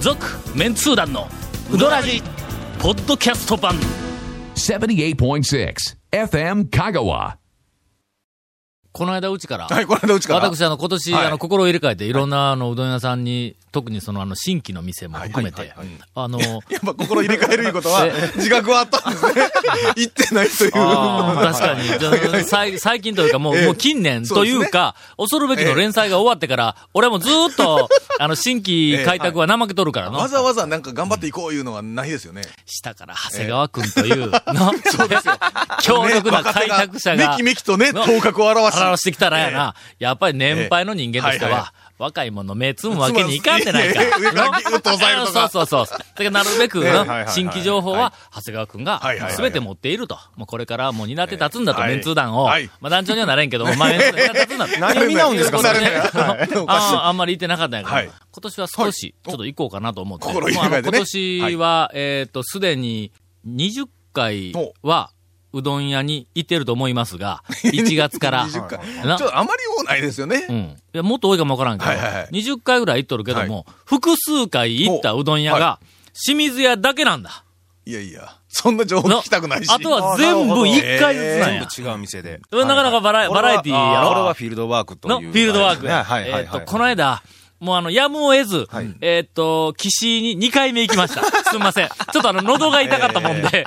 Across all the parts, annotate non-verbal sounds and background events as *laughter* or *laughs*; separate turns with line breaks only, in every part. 続メンツー団のウドラジポッドキャスト版
78.6 FM Kagawa.
この間うちから、
はい、この間うちから。
私、あの、今年、
はい
あの、心を入れ替えて、いろんな、あの、うどん屋さんに、特にその、あの、新規の店も含めて、あ
*laughs*
の、
やっぱ心入れ替えるいうことは、自覚はあったんですね。
*laughs*
行ってないという。
あー確か
*laughs*
にじゃあ最。最近というか、もう、
ええ
もう近年
そう
と
です
い
ね
うか、恐るべきの連載が終わってから、俺もずーっ
*laughs*
と、あの、新規開拓は怠けとるからの
わ。ざわざなんか頑張っていこういうのはないですよね。
下から長谷川くんという、
*laughs*
の、強力な開拓者
ね
が
めき、めきとね、
の
頭角を表し。
表してきたらやな、やっぱり年配の人間として
ええはい
は
は、
若い者目つむわけにいかんじゃないか。
いやい
*laughs*
や上からギュッと押さえるとか
そうそうそう。だからなるべく
ええはいはいは
の、
い
新規情報は、長谷川くんが
はいはいは、い
すべて持っていると。もうこれからもう担って立つんだと、
ええはい
メンツー団を
はい。
まあ団長にはなれんけど、お前の担って立つんだと。
*laughs* 何を担うんですか
ということ *laughs* ね
それねはい
あの
おかしい
あんまり言ってなかったんやか
は
ら。
い
今年は少し、ちょっと行こうかなと思って。
心入れ替えてね
もうあの今年は、えっと、すでに20回は、うどん屋に行ってると思います
*laughs*
が、1月から。
20回ちょ
な
っとあまり多ないですよね。
うん。いや、もっと多いかもわからんけど、
はいはいはい
20回ぐらい行っとるけども、複数回行ったうどん屋
ほう
が、清水屋だけなんだ。
いやいや、そんな情報聞きたくないし。
あとは全部1回ずつなんや。
全部違う店で。
それなかなかバラ,、
これは
バラエティーや
あーこれ
ろ
はフィールドワークという。
のフィールドワーク
ねは
や。
いはいはい。
えーっと、この間、もうあの、やむを得ず、
はい
えーっと、岸井に2回目行きました。
*laughs*
すみません。ちょっとあの、喉が痛かったもんで、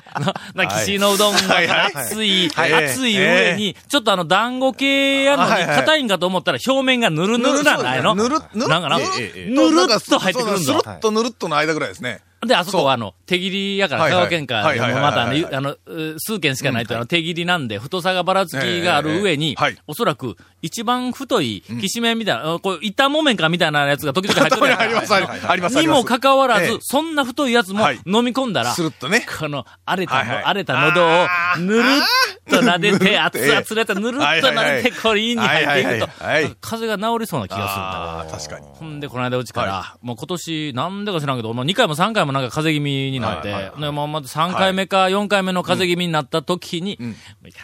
なな岸井のうどんが
はいはい
熱い、
はい
熱い上に、ちょっとあの、団子系やのに
はいはい
硬いんかと思ったら表面がぬるぬるなんだよの。
ぬる、ぬる、
なんかな、
ぬる
ええぬるっと入ってくるん
そう
だ
な。するっとぬるっとの間ぐらいですね。
で、あそこはあの、手切りやから、
はい
香
は
川
い
県からでも
はいはい
またあの、
はい
ゆ
はい
あの、う数軒しかないと、あの、手切りなんで、太さがばらつきがある上
えええ
に
えはい、
おそらく、一番太い、きしめんみたいな、こう、板もめんかみたいなやつが時々入って
た
る
まに
やん
*laughs* あります、あります。あります
にもかかわらず
ええ、
そんな太いやつも
はい
飲み込んだら、
するっとね。
この、荒れたの、
はいはい
荒れた喉を、ぬるっと撫
*laughs*
でて、
あー
熱々熱々ぬるっと撫でて、これ、胃に入っていくと
はいはいはいはい、
風が治りそうな気がするんだ。
ああ、確かに。
ほんで、この間うちから、もう今年、なんでか知らんけど、もう2回も3回もなんか風邪気味になって、でもうまず3回目か4回目の風邪気味になった時に、もういか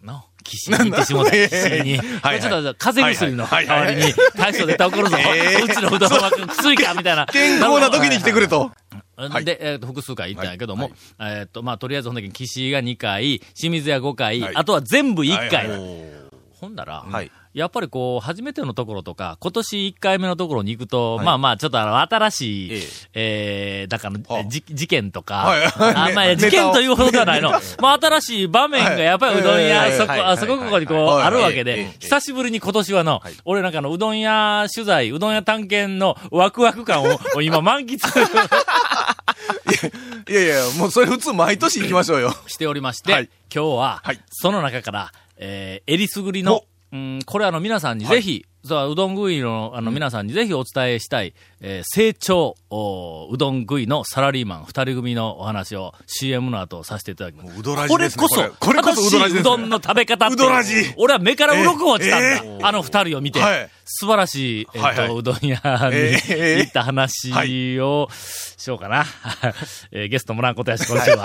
んなの、岸に行ってしもうた、岸に。
*laughs* はい
もうちょっと風邪薬の
は
代
いはい
わりに、大将で倒るぞ、
ええ
うちのうどんは薬か、みたいな。
健康な時に来てくれと。はい
で、えーと、複数回行ったんやけども、えっと、まあ、とりあえずほんだけ岸井が2回、清水屋5回、
はい
あとは全部1回。
はい
ほんだら、
はい
やっぱりこう、初めてのところとか、今年1回目のところに行くと、まあまあ、ちょっとあの、新しい、え
え
ーだから
はあ
じ、事件とか、
はい
あ
ね
まあ、
*laughs* ネタ
事
を
件というほどでは
*laughs*
ないの。まあ、新しい場面がやっぱりうどん屋、
はい
そこ、
はい
あそこここにこう、
はい
あるわけ
はい
で
はい、
久しぶりに今年はの
はい、
俺なんかあの、うどん屋取材、うどん屋探検のワクワク感をを今満喫
いやいや、もうそれ普通毎年行きましょうよ。
しておりまして、
はい
今日は
はい、
その中から、えー、えりすぐりの、うん、これあの、皆さんにぜひ、そううどん食いの、あの、皆さんにぜひお伝えしたい、えー成長、おうどん食いのサラリーマン二人組のお話を CM の後させていただきます。
うどら
これこそ、
これこそうどら
正しい
じです。
うどんの食べ方って。
うどらじ
俺は目から鱗落ちたんだ。
え
あの二人を見て、
はい
素晴らしい、えっ、と、
はいはいう
どん屋
え
に
え
行った話をしようかな。えーゲストもらうことやし、今週は。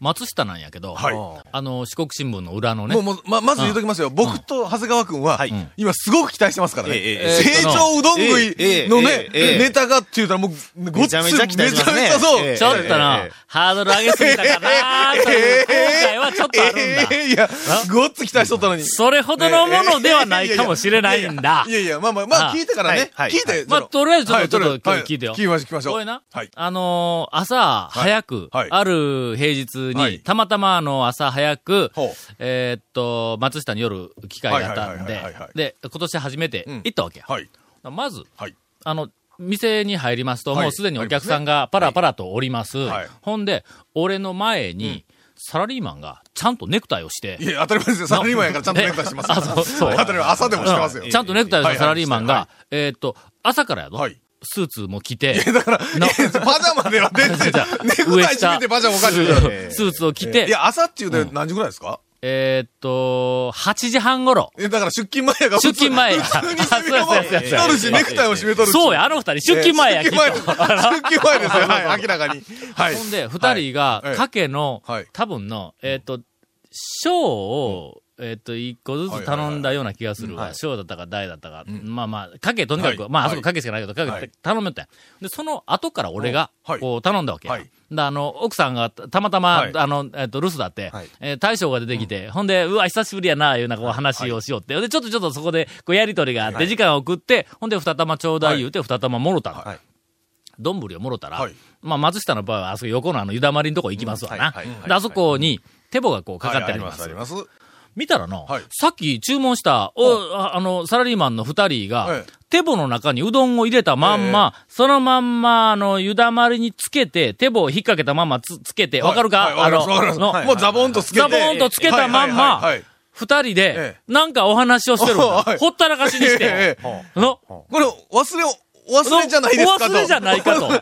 松下なんやけど、
はい
あの、四国新聞の裏のね
もう、、もう、ま、まず言うときますよ。僕と長谷川くんは、今すごく期待してますからね。
ええ
ええ
成長うどん食いのね、
ええええ
ネタがって言うたらもう、ごっ
めちゃめちゃ期待しますね
めちゃめちゃそう。
ええ
ちょっとな、
ええ
ハードル上げすぎたかなという後悔はちょっとあるんだ。
ええいや、ごっつ期待しとったのに。
それほどのものではないかもしれないんだ
い。やいや、まあまあ、ま
あ
あ聞いてからね。
はい
聞いて。
まあ、とりあえずちょっと、ちょ
は
っと今
はい
日聞いてよ。
聞きましょう、聞きましょう。
これな、
はい。
あのー朝早く、
はい
ある平日に、
はい
たまたまあの朝早く
ほう、
えーっと、松下に夜機会があったん
は
で
いはいはいはいはい、
で、今年初めて
うん
行ったわけや。
はい。
まず、
はい。
あの、店に入りますと、
はい
もうすでにお客さんがパラパラとおります。
はい
ほんで、俺の前に、サラリーマンがちゃんとネクタイをして、
いや、当たり前ですよ。サラリーマンやからちゃんとネクタイしてます。
あ、そう、そう。
当たり前、朝でもしてますよ
うん。ちゃんとネクタイをし
は
た
い *laughs*
サラリーマン
は
が、えーっと、朝からやろ
はい
スーツも着て、
だから、
ない
やパジャマでは出て、ネクタイ
上
締め
下
てパジャマおかしいか
ス
ら。
ースーツを着て
い、や、朝っていうのは何時ぐらいですか
えーっと、8時半頃。
えだから出勤前やから。
出勤前や
普通にセミを着とるし、ネクタイも締めとるし。
そうや、あの二人、出勤前や、
出
きっ
勤前出
と。
勤前ですよ。はい、明らかに。はい。
ほんで、二人が
はいええ、
賭けの
はい、
多分の、えっと、賞を、えっと、一個ずつ頼んだような気がするわ。賞だったか、誰だったか。まあまあ、賭け、とにか
は
く、
い
まあ、あそこ賭けしかないけど、
は
賭け
い
頼むって。で、その後から俺が
はい、
こう、頼んだわけや。
はい
で、あの、奥さんが、たまたま
は、い
あの、えっと、留守だって
はい、
えー大将が出てきて、ほんで、うわ、久しぶりやな、いうような、こう、話をしようって。で、ちょっとちょっとそこで、こう、やりとりがあって、時間を送って、ほんで、二玉ちょうだい言うて、二玉もろたの。
はい
どんぶりをもろたら、
はい
まあ、松下の場合は、あそこ横のあの、湯だまりのとこ行きますわな。
うんはいはいはい
であそこに、テボがこう、かかってあり
はい
ま
あります、
す。
あります。
見たらの、
はい
さっき注文した、お、ああの、サラリーマンの二人が
ええ、
テボの中にうどんを入れたまんま、そのまんま、あの、湯だまりにつけて、テボを引っ掛けたままつ、つけて、わ、かるか、
はいはいわかります、わかり
あの、
ます。もうザボンとつけて。
ザボンとつけたまんま
はいはいはいはい
二人で
え、
なんかお話をしてるんだ、
*laughs* はい
ほったらかしにして。
ええ
の
これ、忘れを、お忘れじゃないですかと。。
お忘れじゃないかと
*laughs* ね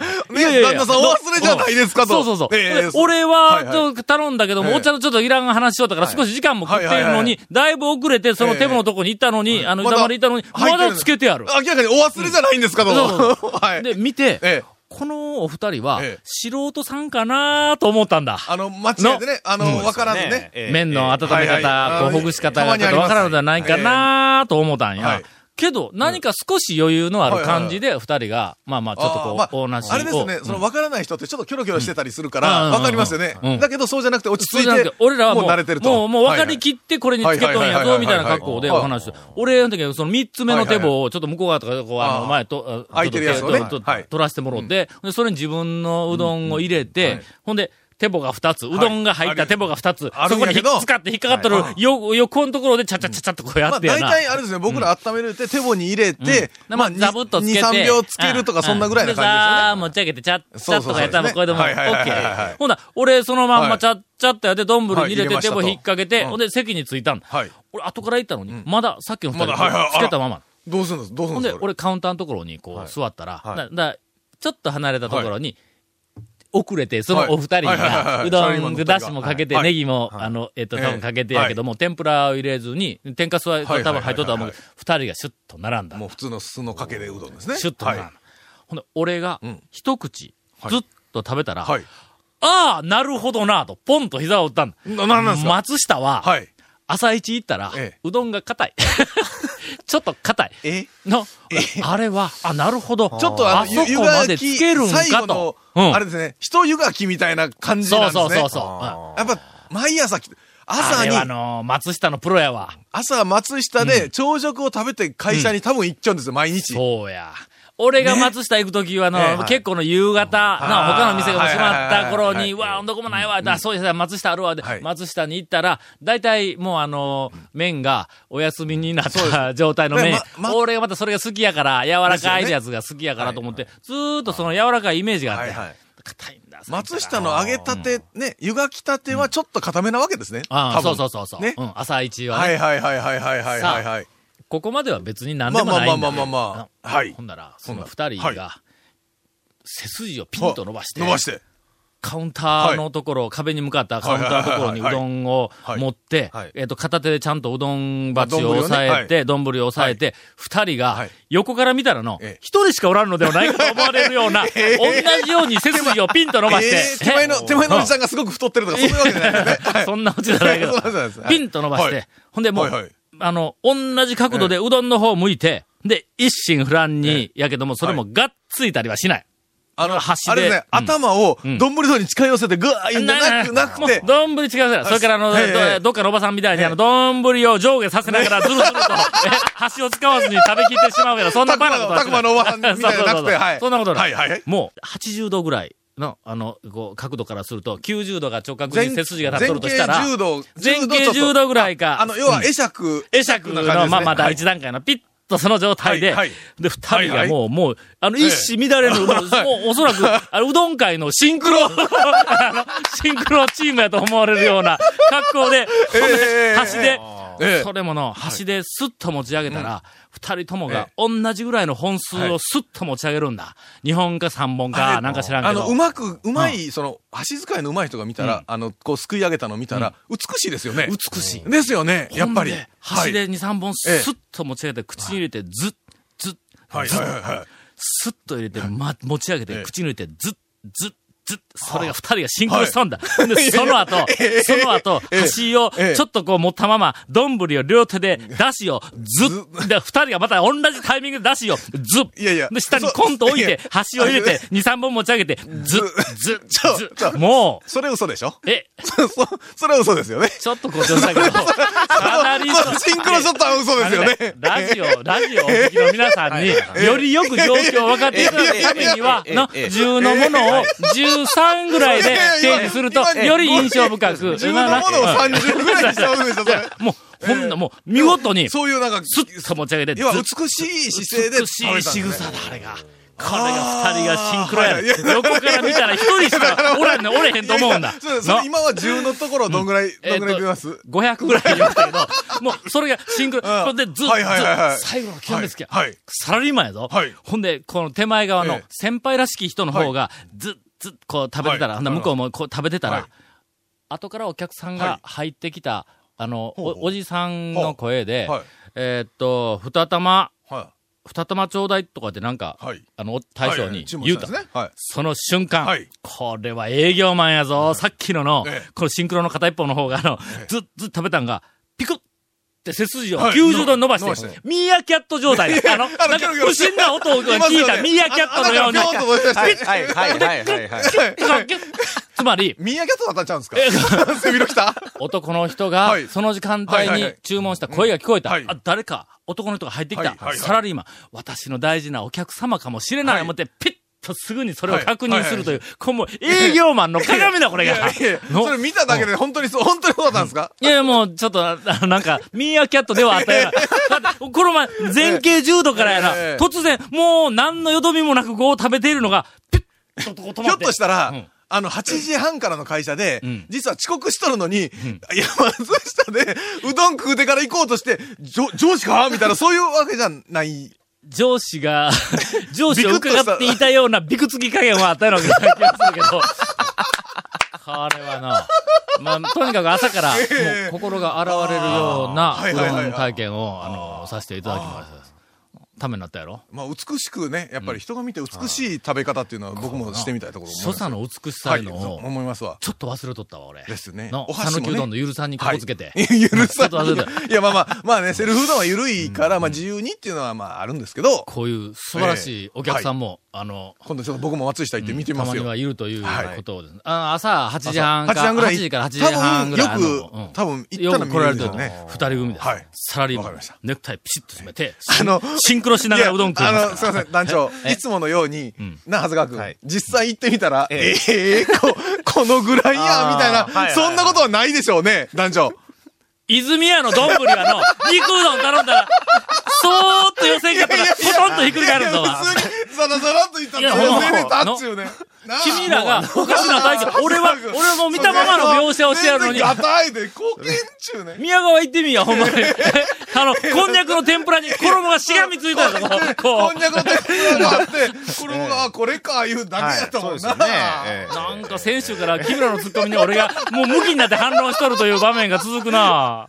旦那さん、お忘れじゃないですか
そ
と。
うそうそう。
え
で
え
俺は
はい、はい
ちょっと頼んだけども、
ええ
お茶のちょっといらん話しようだから、少し時間も食っている
はい
の
はいは
に、だいぶ遅れて、その手のとこに行ったのに、あの、
ま
歌
だ
丸行ったのに、
入っ
ま
てる
だつけてやる。
明らかにお忘れじゃないんですかと。
そうそうそ
はい。
で、見て、
ええ
このお二人は
ええ、
素人さんかなと思ったんだ。
あの、間違えてね、あの、わからずね。
ええ
麺の温め
はいはい
方、こう、ほぐし方
たま
が
に
ちょ
あ
っ
り
と
ま
わ
す
からんのではないかなと思ったん
は
や
い。
けど、何か少し余裕のある感じで、二人が、まあまあ、ちょっと
あー
こ
ま
う、お話を。
あれですね、その分からない人ってちょっとキョロキョロしてたりするか
う
ら、
ん
わかりますよね、
うん
だけどそうじゃなくて落ち
そう
着い
じゃなく
て
て、、俺らはもう、
もう慣れてると。
もう、もう分かり
っ
きってこれにつけとんやぞ、みたいな格好でお話し俺の時はその三つ目の手棒をちょっと向こう側とか、こう、あの、前と、あ
空いてるやつをね
ちょっと
はい
取らせてもろって、で、それに自分のうどんを入れて、ほんで、手棒が二つ、うどんが入った手棒が二つ
あ、る
そ
ん
こ
や
に
け
引っ
ど
使って引っかかっとるよ横のところでちゃちゃちゃちゃっとこうや
まあ
ってや
大
な。
体あれですね、僕ら温めるって手棒に入れて、
でまあ、
に
ザブっとつけて。
2、3秒つけるとか、そんなぐらいな
でザー
感
持ち上げて、チャッ、チ
そ
ャ
う
ッ
そ
と
うそう
かやったらもうこれでも、オ
はいはい
ッ
はい
ケ
はい
ー。ほんなら俺そのまん
は
ま
い
チャッ、チャッとやって、丼に入れ
はい入れ
て、
まし
手
たと
棒引っ掛けて、ほんで席に着いたんだ
はい。
俺後から行ったのに、まださっきの二人
まだはいはい
つけたまま。
じですよね。どうするんですどうする
ほん
んで、
です
か
俺カウンターのところにこう座ったら、だだちょっと離れたところに、遅れて、そのお二人
はいはいはいはい
が、
はいう
ど
サラリーマン
ん、
の
だしもかけて、
はい
ネギも、あの、えっと、多分かけてやけども、天ぷらを入れずに、天かすは多分入っとったと思うけど、二人がシュッと並んだ。
もう普通の酢のかけでうどんですね。
シュッと
は
ないる。ほんで、俺が
ん、
一口、ずっと食べたら、
はい。
ああ、なるほどな、と、ポンと膝を打ったんだ。
な、なんなんですか
松下は、
はい。
朝一行ったら、
ええ
うどんが硬い。 *laughs* ちょっと硬い。
え
の、あれは、あ、なるほど。
ちょっとあ
あそ
の、ゆ
こ
湯が
までつ
き、
けるん
最
か
後
と
の。、
うん
あれですね、人湯がきみたいな感じ
そ
な
うん
で
そ
すね。
うそうそう。うん
やっぱ、毎朝来て、
あ
朝
れ
に
はあ、のー、松下のプロやわ。
朝松下で朝食を食べて会社に多分行っちゃうんですよ、毎日。
そうや。俺が松下行くときはの、結構の夕方、な、他の店が閉まった頃に、うわ、どこもないわ、だそうですね、松下あるわ、で
はい
松下に行ったら、大体もうあの、麺がお休みになった状態の
ね
麺、
まま
俺がまたそれが好きやから、柔らか
ですよ
い
ね
やつが好きやからと思って、ずーっとその柔らかいイメージがあって、硬いんだ。
松下の揚げたて、ね、湯がきたてはちょっと固めなわけですね。
ああ、そ
多分
うそうそうそう。
ね
うん、朝一はね、
はいはいはいはいはいはいはいはい。
ここまでは別に何で
まあ
も
ま
な
あ
いんだ
まあまあまあまあ。
は。
はいい
ほ。んなら、その
ほんな
二
ら
人
はい
が、背筋をピンと伸ばして、
伸ばして。
カウンターのところ、壁に向かったカウンターのところにう
はいはいはい
ど
はい
んを持って
はいはい、
えっと、片手でちゃんとうどん鉢を
まあ丼をね
押さえて、丼を押さえて、二人が、横から見たらの
ええ、
一人しかおらんのではないかと思われるよ
*laughs*
うな、同じように背筋をピンと伸ばし
ええ
て、。
手前の、手前のおじさんがすごく太ってるとか、そういうわけじゃないです
*laughs*
ね
そんなうちじゃないけど
*laughs* そうなんです、はい
ピンと伸ばして、
はい
ほんでもう、
はいはい
あの、同じ角度でうどんの方向いて、で、一心不乱に、やけども、それもがっついたりはしない。
あの、
端で
あれですね、
うん
頭を
ん
丼の方に近寄せてグワーいうんじゃなく、なくて
もう、丼違うから、それからあの、
えええ
ど
え
どっかのおばさんみたいに、あの、丼を上下させながら、ずるずると、 *laughs* え箸を使わずに食べきってしまうような、そんなバカなことはし
たくまのたくまのおばさんみたいじゃなくて
そうそうそうそう
はい
そんなことない。
はいはいはい
もう、80度ぐらいの、あの、こう、角度からすると、90度が直角に背筋が立っとるとしたら、
前傾10度、
前
ちょっ
傾
と
10度ぐらいか。
あの、要は
うん
会釈、
会釈
な感じです
の、
ね
まあまあ第一段階のピッとその状態で、
はいはい
で、二人がもう、もう、あの、一糸乱れぬ、もうもうおそらく、あの、うどん界のシンクロ、あのシンクロチームやと思われるような格好で、端で、
ええ
それもの、端ですっと持ち上げたら、二、人ともが同じぐらいの本数をすっと持ち上げるんだ。二、本か三本
あ
か、
れ
なんか知らん
あ
けど。
の、うまく、うまい、その、箸使いのうまい人が見たら、あの、こう、すくい上げたの見たら、美しいですよね。
美しい。
ですよね、やっぱり
ほんで。箸で2、3本スッと持ち上げて、口に入れて、ずっ、ずっ、
はい。はい、はい、はい。
スッと入れて、ま、持ち上げ
え
て、
え
口に入れて、ずっ、ずっ、ずっ、それが二人がシンクロしたんだ。
*laughs*
で、その後、その後、箸を
ええ
ちょっとこう持ったまま、丼を両手で、出汁をずっ、で、二人がまた同じタイミングで出汁をずっ、
いやいや
で、下にコンと置いて
そ、
箸を入れ
*laughs*
て、2、3本持ち上げて、ずっ、ずっ、ずっ、も
それ嘘でしょ
う、え、
そ、それは嘘ですよね。
*laughs* ちょっと誇張したけ
*laughs*
ど、かなり
そのシンクロショットは嘘ですよね。
ラジオ、ラジオをお聞きの皆さんに、よりよく状況を分かっていただくためには、の、10のものを13ぐらいで定義すると、より印象深く。
自分のものを
なな
30ぐらいにしちゃうんでし
*laughs*
ょ、それ。
もう、ほんな、もう、見事に、ス
そういうなんか、
ッと持ち上げて、
要は
ずっ
美しい姿勢で
美しい仕
倒れたんですね
草だ、あれが。これが二人がシンクロや
あーはいはいいや
横から見たら一人しかおらんね、おれへんと思うんだ。
いやいやそれそれ
の
今は10のところどんぐらい、どんぐらい出ます
500ぐらい言ったけど、もう、それがシンクロ、
ん
それでずっと、
はいはいはいはい
最後の極めつけや、
はいはい
サラリーマンやぞ。
はい
ほんで、この手前側
え
の
え
先輩らしき人の方が、ずっずっこう食べてたら、ほ
はい
んで向こうもこう食べてたら、
はい
後からお客さん
は
が
い
入ってきた、あの、
ほうほう
おおじさんの声で、
はい
えーっと、二玉、
は
二玉ちょうだいとかってなんか、
い。はい。
あの、大将に言うた。
はい注文したんですね。はい。
その瞬間、
はい
これは営業マンやぞ、さっきのの、
ええ
このシンクロの片一方の方が、あの、ずっずっ食べたんが、ピクって背筋を
はい
90度に伸ばして、
伸ばして
ミーアキャット状態で、あの、なん
キョ
か
ロキョロ
不審な音を聞
います
い
よ
た
ね
ミーアキャットのように、
あなんかピョンと思い出した
はいはいはいはいはいはい。
キュッつまり、
ミーアキャットだったんちゃうんですか背広来た
男の人が
は、い
その時間
は
帯
いはいは
に
い
注文した声が聞こえた。
はい
あ、誰か、男の人が入ってき
は
た
いはいは。い
サラリーマン、私の大事なお客様かもしれな
はいい
思って、ピッとすぐにそれを確認するという、こうもう営業マンの鏡だ、これ
い
が
やいや。
の
それ見ただけで本当にそう、本当にそうだったんですか
いやいや、もう、ちょっと、あの、なんか、ミーアキャットではあったような。だってこの前、前傾10度からやな、
ええ
突然、もう、何のよどみもなく、こう食べているのが、ピュッとこう止
ひ
まっ。
ょってとした
うん
ら、あの、8時半からの会社で
ん、
実は遅刻しとるのに、山下で、うどん食うてから行こうとして、じょ上司かみたいな、そういうわけじゃない。
上司
*laughs*
が、上司を
ビクッとした
伺っていたような、びくつき加減はあったような気がするけど。これはな、まあ、とにかく朝から、もう、心が洗われるような
あ、ー
う
はいはいはい
ど
はい
ん体験を、あの、させていただきました。ためになったやろ
まあ、美しくね、やっぱり人が見て美しい食べ方っていうのは僕もしてみたいところ思い
所
ます
作の美しさ
は
いう
い、
の
そう
を、
思いますわ。
ちょっと忘れとったわ、俺。
ですね
の、
お箸もね
讃岐うどんのゆるさんにかこつけ
*laughs*
て。
いや許さ
ちょっと忘れ
ない。いや、まあまあ、まあね、セルフうどんは緩いから、まあ自由にっていうのはまああるんですけど、
こういう素晴らしいお客さんも、あの、
今度ちょっと僕も松下行って見てみ
た
ま
ますに
よ。
はいるという
はい
ことをですね。あ朝8時半か
8時半ぐらい。
8時から8時半ぐらい。
多分、よ
あのうん
く、多分、行
よ
ったら
く
見
来られ
れる
て
でし
る
ょうね。
二人組です。
はい
サラリー
わ
マ
か
ン
りました。
ネクタイピシッと締めて、
*laughs* あの、
シンクロしながらうどん食う
い
ん
やあ
で
の、
す
すいません、団長。
え
いつものように
ん、
な、長谷川君、
はい
実際行ってみたら、ええこ、このぐらいや、
あー
みたいな、
はいはいはい
そんなことはないでしょうね、団長。
泉屋の丼はの、肉うどん頼んだら、そーっと予選かったら、ほとんどひっくり返るぞ。
いや *laughs* 普通に、ザラザラっと言った
いや
ら、
ほんま
全然たっちゅうね。なあ
君らが、おかしな大将、俺は、俺も見たままの描写をしてやるのに
全然、ガタイで、貢献ちゅうね。
宮川行ってみや、ほんまに。あの、こんにゃくの天ぷらに衣がしがみついたぞ、こ
こ。
うん
にゃくの天ぷらがあって、これが、あこれか、いうだけやと思うな。
ええ
なんか先週から木村のツッコミに俺がもう無気になって反論しとるという場面が続くな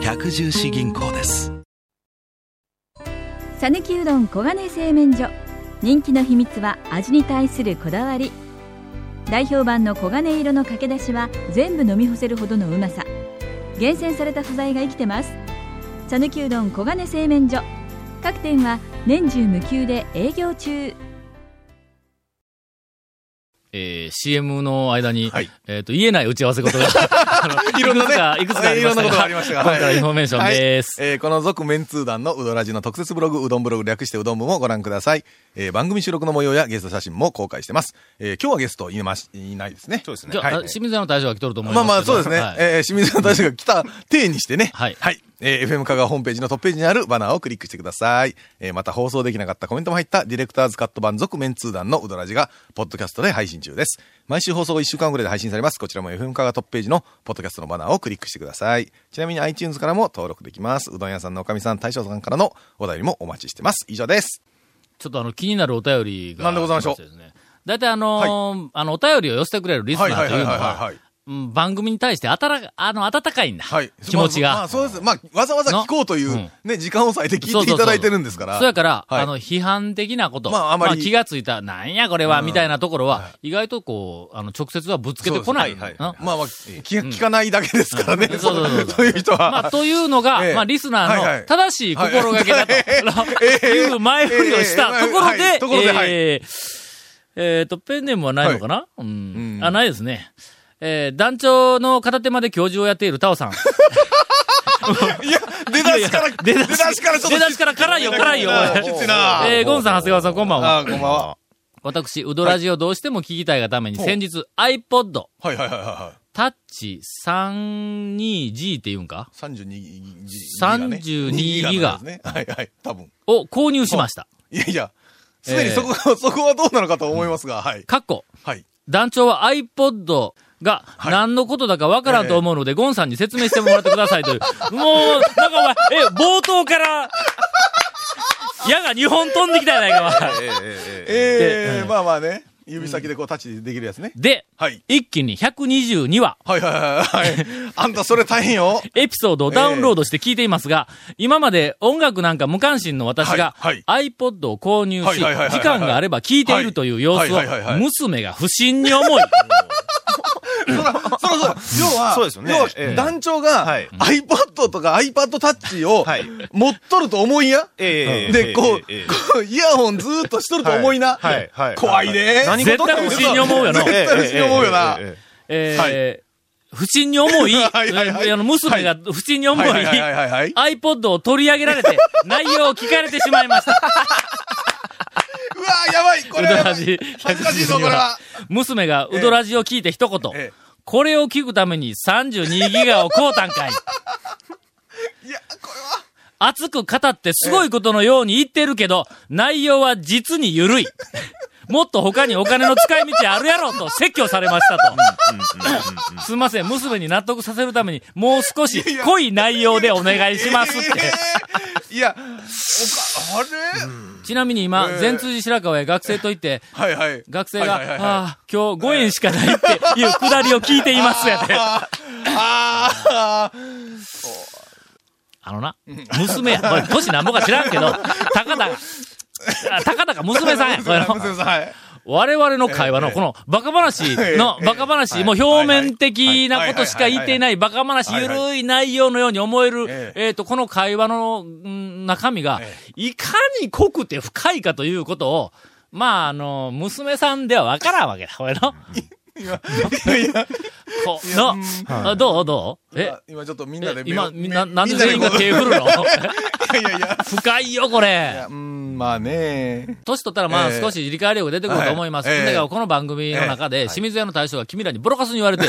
百十四銀行です
さぬきうどん黄金製麺所人気の秘密は味に対するこだわり代表版の黄金色のかけだしは全部飲み干せるほどのうまさ厳選された素材が生きてます讃岐うどん黄金製麺所各店は年中無休で営業中
えー CM の間に、えっ、と、言えない打ち合わせ事
*laughs*
が、いろんなね、いくつかあ
い
り
ろ
ま
ん
した
なことがあ
が
りましたが。
今からインフォメーションです。
はいえーこの続メンツー団のうどらじの特設ブログ、うどんブログ略してうどん部もご覧ください。えー番組収録の模様やゲスト写真も公開してます。えー今日はゲストいまし、いないですね。
そうです
じ
ね
ゃ。あ、
はい
清水屋の大将が来とると思い
ま
ま
あ
すけど。
まあそうですね。
はい
えー清水の大将が来た体にしてね。
はい
えー FM 香川ホームページのトップページにあるバナーをクリックしてください。えーまた放送できなかったコメントも入ったディレクターズカット版続面通談のうどらじが、ポッドキャストで配信中です。毎週放送1週間ぐらいで配信されます。こちらも FM 香川トップページのポッドキャストのバナーをクリックしてください。ちなみに iTunes からも登録できます。うどん屋さんのおかみさん、大将さんからのお便りもお待ちしてます。以上です。
ちょっとあの、気になるお便りが。
なんでございましょう
来してですね。大体あのーあの、お便りを寄せてくれるリスナーというのは、
い。
うん番組に対してあたら、あの、温かいんだ。
はい。
気持ち
まあま
が
あ。そうです。まあ、わざわざ聞こうという、
のうん
ね、時間を割いて聞いていただいてるんですから。
そうやから、
はい
あの、批判的なこと、
まああまり
気がついた、なんやこれは、みたいなところは、意外とこう、あの、直接はぶつけてこない。
そうです
な
まあまあ、気が利かないだけですからね。
うんそうそうそう
*laughs*
そう
いう人は。
まあ、というのが、
ええ
まあ、リスナ
はいは
ーの
い
正しい心がけだと、
ええ
いう前振りをしたところで、
ええはいところではい
えーえーと、ペンネームはないのかな、うん。あ、ないですね。えー団長の片手間で教授をやっているタオ
*laughs*
さん。
いや、出だしから、出だしからちょっと
出だしから辛いよ、辛いよ。
きついな。
えーゴンさん、長谷川さん、こんばんは。
あー、こんばんは。
私、ウドラジをどうしても聞きたいがために、先日、iPod、
はいはいはいは
タッチ 32G って言うんか
い。32ギガ、ね。
32ギガ
なんですねはいはい、多分。
を購入しました。
いやいや、すでにそこが、そこはどうなのかと思いますが、はい。
かっこ、
はい。
団長は iPod が
い
何のことだかわからんと思うので、ゴンさんに説明してもらってくださいと
*laughs*
いう。もう、なんかお前、え、冒頭から、矢が2本飛んできたやないか、お前
え
え
ー、まあまあね、指先でこうタッチできるやつね。
で、
はい。
一気に122話、
はいはいはいはい。あんたそれ大変よ。
エピソードをダウンロードして聞いていますが、今まで音楽なんか無関心の私が、
はい
iPod を購入
はい
し、
はいはいはいはい
時間があれば聞いているという様子を
はいはいはいは、い
娘が不審に
*laughs*
思い、
そうそう。要は、
そうですよね
要は
ええ
団長が
はい
iPad とか iPad タッチを
はい
持っとると思い
*laughs*
や。
ええ
で、こう、こ
ええええ
うイヤホンずーっとしとると思いな。
はいはいはい
怖いね。
何
絶
事
対不審に思うよな。
絶対不審に思うよな
えええええええ
え
え
ー不審に思い、
*laughs* はいはいはい
えーあの娘が不審に思い、
はいはいはいはいはい。
iPod を取り上げられて、内容を聞かれてしまい
*laughs*
ました。
うわー、やばいこ
ウド
れはや
ラ
ばい
ジ
恥ずかしいぞ、これは。
娘がウドラジを聞いて一言、
ええ
これを聞くために32ギガを買うたんかい。
*laughs* いや、こ
熱く語ってすごいことのように言ってるけど、内容は実に緩い。 *laughs* もっと他にお金の使い道あるやろと説教されましたと。すいません、娘に納得させるために、もう少し濃い内容でお願いしますって。
れいや、おか、あれ、
ちなみに今、
ええ
全通寺白川へ学生と言って、
はいはい。
学生が、
はいはいはいはい
ああ、今日5円しかないっていうくだりを聞いていますやで。 *laughs*
あーあー、
あのな、娘や、これ年なんぼか知らんけど、たかだが、あたかだか娘 *laughs* さんや、これの。
娘さんはい。
我々の会話のこのバカ話の
ええ
バカ話、もう表面的なことしか言っていないバカ話、ゆるい内容のように思える
え、
えっと、この会話のん中身が、いかに濃くて深いかということを、まあ、あの、娘さんではわからんわけだ、俺の。この、あどうどう
*laughs*
え
今、今ちょっとみんなで
え
目を
今、みんな、
目
なんで全員が手振るの
*laughs*
いやいやいや。
深いよ、これ。
うーん、まあね。
年取ったらまあ
ええ
少し理解力出てくると思います。
はいええ
だからこの番組の中で、清水屋の大将が君らにボロカスに言われてる。 *laughs*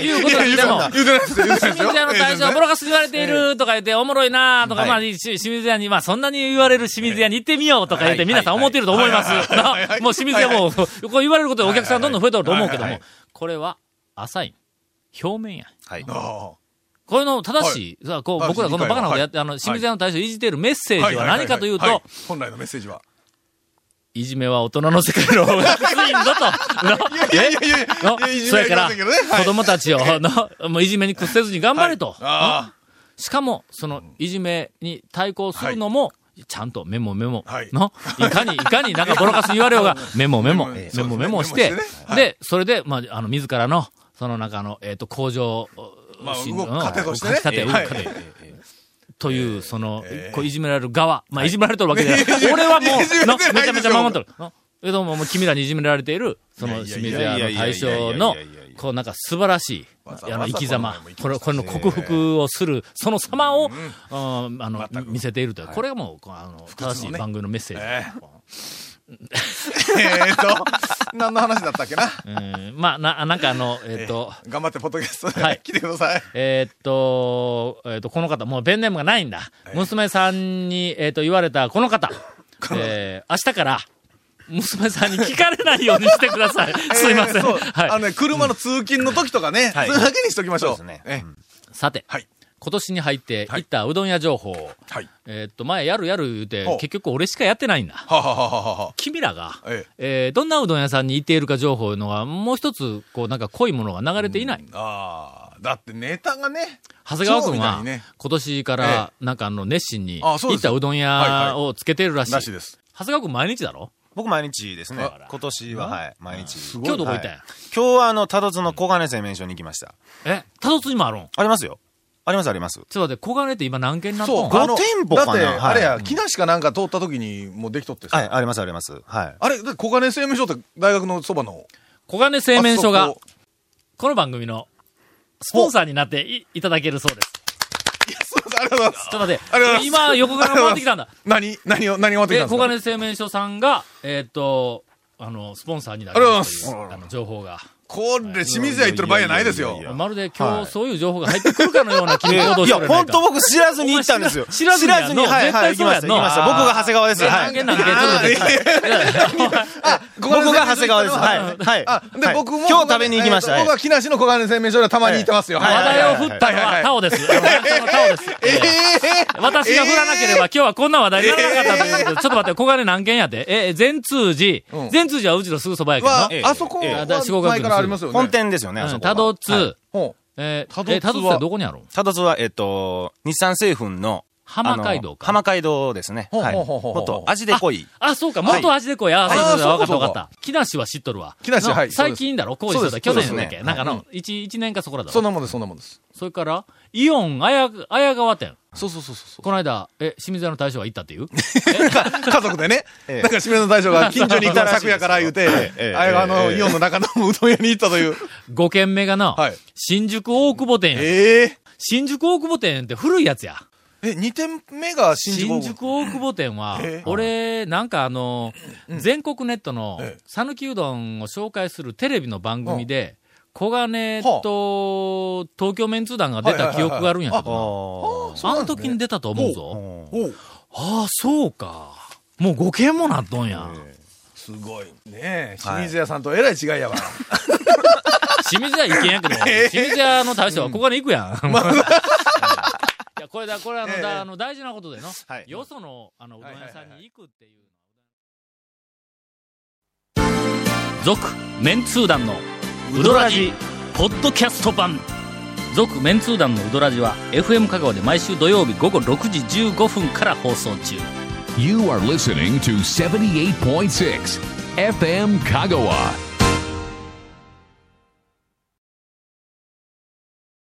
いうこと
言
に
う
で
て
も
な、い言うてないですよ。言うてな
清
いですよ。
水屋の大将がボロカスに言われているとか言って、おもろいなとか、
はい
まあ、し清水屋に、まあそんなに言われる清水屋に行ってみようとか言って、
はい
皆さん思ってると思います。なもう清水屋も、こう言われることでお客さんどんどん増えてると思うけど
はい
も
はい、
これは浅い。表面や。
はい
あ
こういうのを正しい、さあこう
はい
僕らこのバカなことやって、あの、清水屋の大将をいじっているメッセ
ー
ージは何かというと、
はは本来のメッセージは。
いじめは大人の世界の方がきついんだと。の
いやいやいやい
の
やいじ
そ
めは
れか
いけ
ら、
ませんけどねはい
子供たちを、の、もういじめに屈せずに頑張れと。
あ
しかも、その、いじめに対抗するのも、ちゃんとメモメモ。
はい
のいかに、いかになんかボロカスに言われようが、メモメモ、
メモ
メ
そうです
モ
ね
メモして
メモ、
で、それで、まあ、あの、自らの、その中の、えっと、工場、
まあ
しん
動く糧としてね
動く糧
ええ
動く
はい
糧という、その
ええ、
こういじめられる側。まあ、いじめられてるわけじゃない。俺はも
いじ
う、
めてな
の
いでしょ
めちゃめちゃ守っとる。のけども、もう君らにいじめられている、その清水屋の大将の、こうなんか素晴らしい、
わざわざ
あの生き
この
様
前も行、き
こ
ま
れ、
したし
これの克服をする、その様を、うんあの、見せているという。これがもう、こうあの、正しい番組のメッセージ。
えっと、何の話だったっけな。
うんまあ、な、 *laughs* なんかあの、えっと、
頑張ってポッドキャスト
は
で
い
来てください。
えーっと、えーっと、この方、もうペンネームがないんだ。娘さんに、えーっと、言われたこの方、えー、明日から、娘さんに聞かれないようにしてください。 *laughs* すいません。
*laughs* えーそうあ
はい。
のね、車の通勤の時とかね、それだけにしときましょう。
そうですね
ええ
さて、
はい
今年に入って、行ったうどん屋情報、
はい。
えーっと、前やるやる言うて
ほう、
結局俺しかやってないんだ。
はあはあはあはあはあ
君らが、
え
え
え
ーどんなうどん屋さんに行っているか情報のは、もう一つ、こう、なんか濃いものが流れていない。
ああ、だってネタがね、
長谷川君
そうみたいに
は
ね、
今年から、なんかあの、熱心に、
あそう
行
で
っ
すよ
たうどん
はいは
屋
い
をつけてるらしい。
なしです。
長谷川君毎日だろ
僕毎日ですね
あら。
今年は、はい、毎日。
ごい今日どこ行ったんや
はい今日はあの、多度津の小金製麺所に行きました。
え、多度津にもあるん
ありますよ。ありますあります。
ちょっと待って、小金って今何件になった
そ
ん
う。
ご
あの
店舗かな
だって、
はい
あれや、木梨かなんか通った時にもうできとってさ。
はい、ありますあります。はい。
あれ、だって小金井製麺所って大学のそばの。
小金製麺所
あ
が
そこ、 *laughs*
この番組の、スポンサーになっていいただけるそうです。
そうですありがとうございます。
ちょっと待って
ありがとうござ、います
今横から回ってきたんだ。
何何を、何を待って
で、
きたんです
小
か
金製麺所さんが、えーっと、あの、スポンサーになる
ありがとうございます
というあの、情報が。
これ、清水屋行ってる場合やないです
いやい
よ
やい。や
まるで今
はい
日そういう情報が入ってくるかのような
い
君行動し
や、い
て
や
るやない
本
か
当僕知らずに行ったんですよ。
知らずにやんの
知はい、はい、
絶対
行き
そう
ま
や
し
ん
た、
の
行きました。僕が長谷川です。はい
何。件何件ちょっと待って
僕が長谷川です。はい。はい。
あ、で、
はい
僕も。
今日食べに行きました。
えー
はい
僕は木梨の小金井製麺所でたまに行ってますよ。
はい
話
はい
題を振ったのはタオです。タオです。
ええ
私が振らなければ今日はこんな話題にならなかったということで、ちょっと待って、小金何件やって。え、全通寺
うん。
全通寺はうちのすぐそばやけど
は
な。
ええ
あそこ
ええ
は
私語学部
前からありますよね。
本店ですよね、あ
う
そ
ん
こは。
多度
はい
津。
ほう。
えー、
多
多
度津
度
は
津ってどこにあるん
多度津は、えっと、日産製粉の、
浜街道か
あの浜街道ですね。
ほう
はい。
ほうほうほう
もっと味で濃い。
あ、そうか、元味でこうや。あそうそう
あ
そ
ー
う、
そう
わ
か
か
そ
っ
う
た
か
わかった。木梨は知っとるわ。
木梨
の
はいそう
最
です
近だろ工事してた。去
そ
年
う
だっ
で
け
すね
なんかの、一一年かそこらだ
そん
ろ。
なもんです、そんなもんです。
それから、イオン綾、綾川店。
そうそうそうそう。
この間、え、清水屋の大将が行ったっていう
家族でね、
ええ
なんか清水の大将が近所に行ったら昨
*laughs*
夜から言うて、
ええええ
あれがあの、
ええ
イオンの中のうどん屋に行ったという。
?5 軒目がな
はい、
新宿大久保店や。
ええ
新宿大久保店って古いやつや。
え、2店目が新宿。
新宿大久保店は
ええ、
俺、なんかあの、全国ネットの
ええ、
讃岐うどんを紹介するテレビの番組で、小金と東京メンツ団が出た記憶があるんやけ
あ
ど
ー
な、あの時に出たと思うぞ。
うん
おう
ああ、そうか。もう5軒もなっとんや。
すごい。ねえ、清水屋さんとえらい違いやわ。
清水屋行けんやけ *laughs* ど、清水屋の大将はここに行くやん。うんいや、これだ、これあの、だあの大事なことでの、
はい
よその、あの、うどん屋さんに行くっていう。続、メンツー団の、ウドラジ、ポッドキャスト版。続、メンツー団のウドラジは、FM 香川で毎週土曜日午後6時15分から放送中。
You are listening to 78.6 FM Kagawa.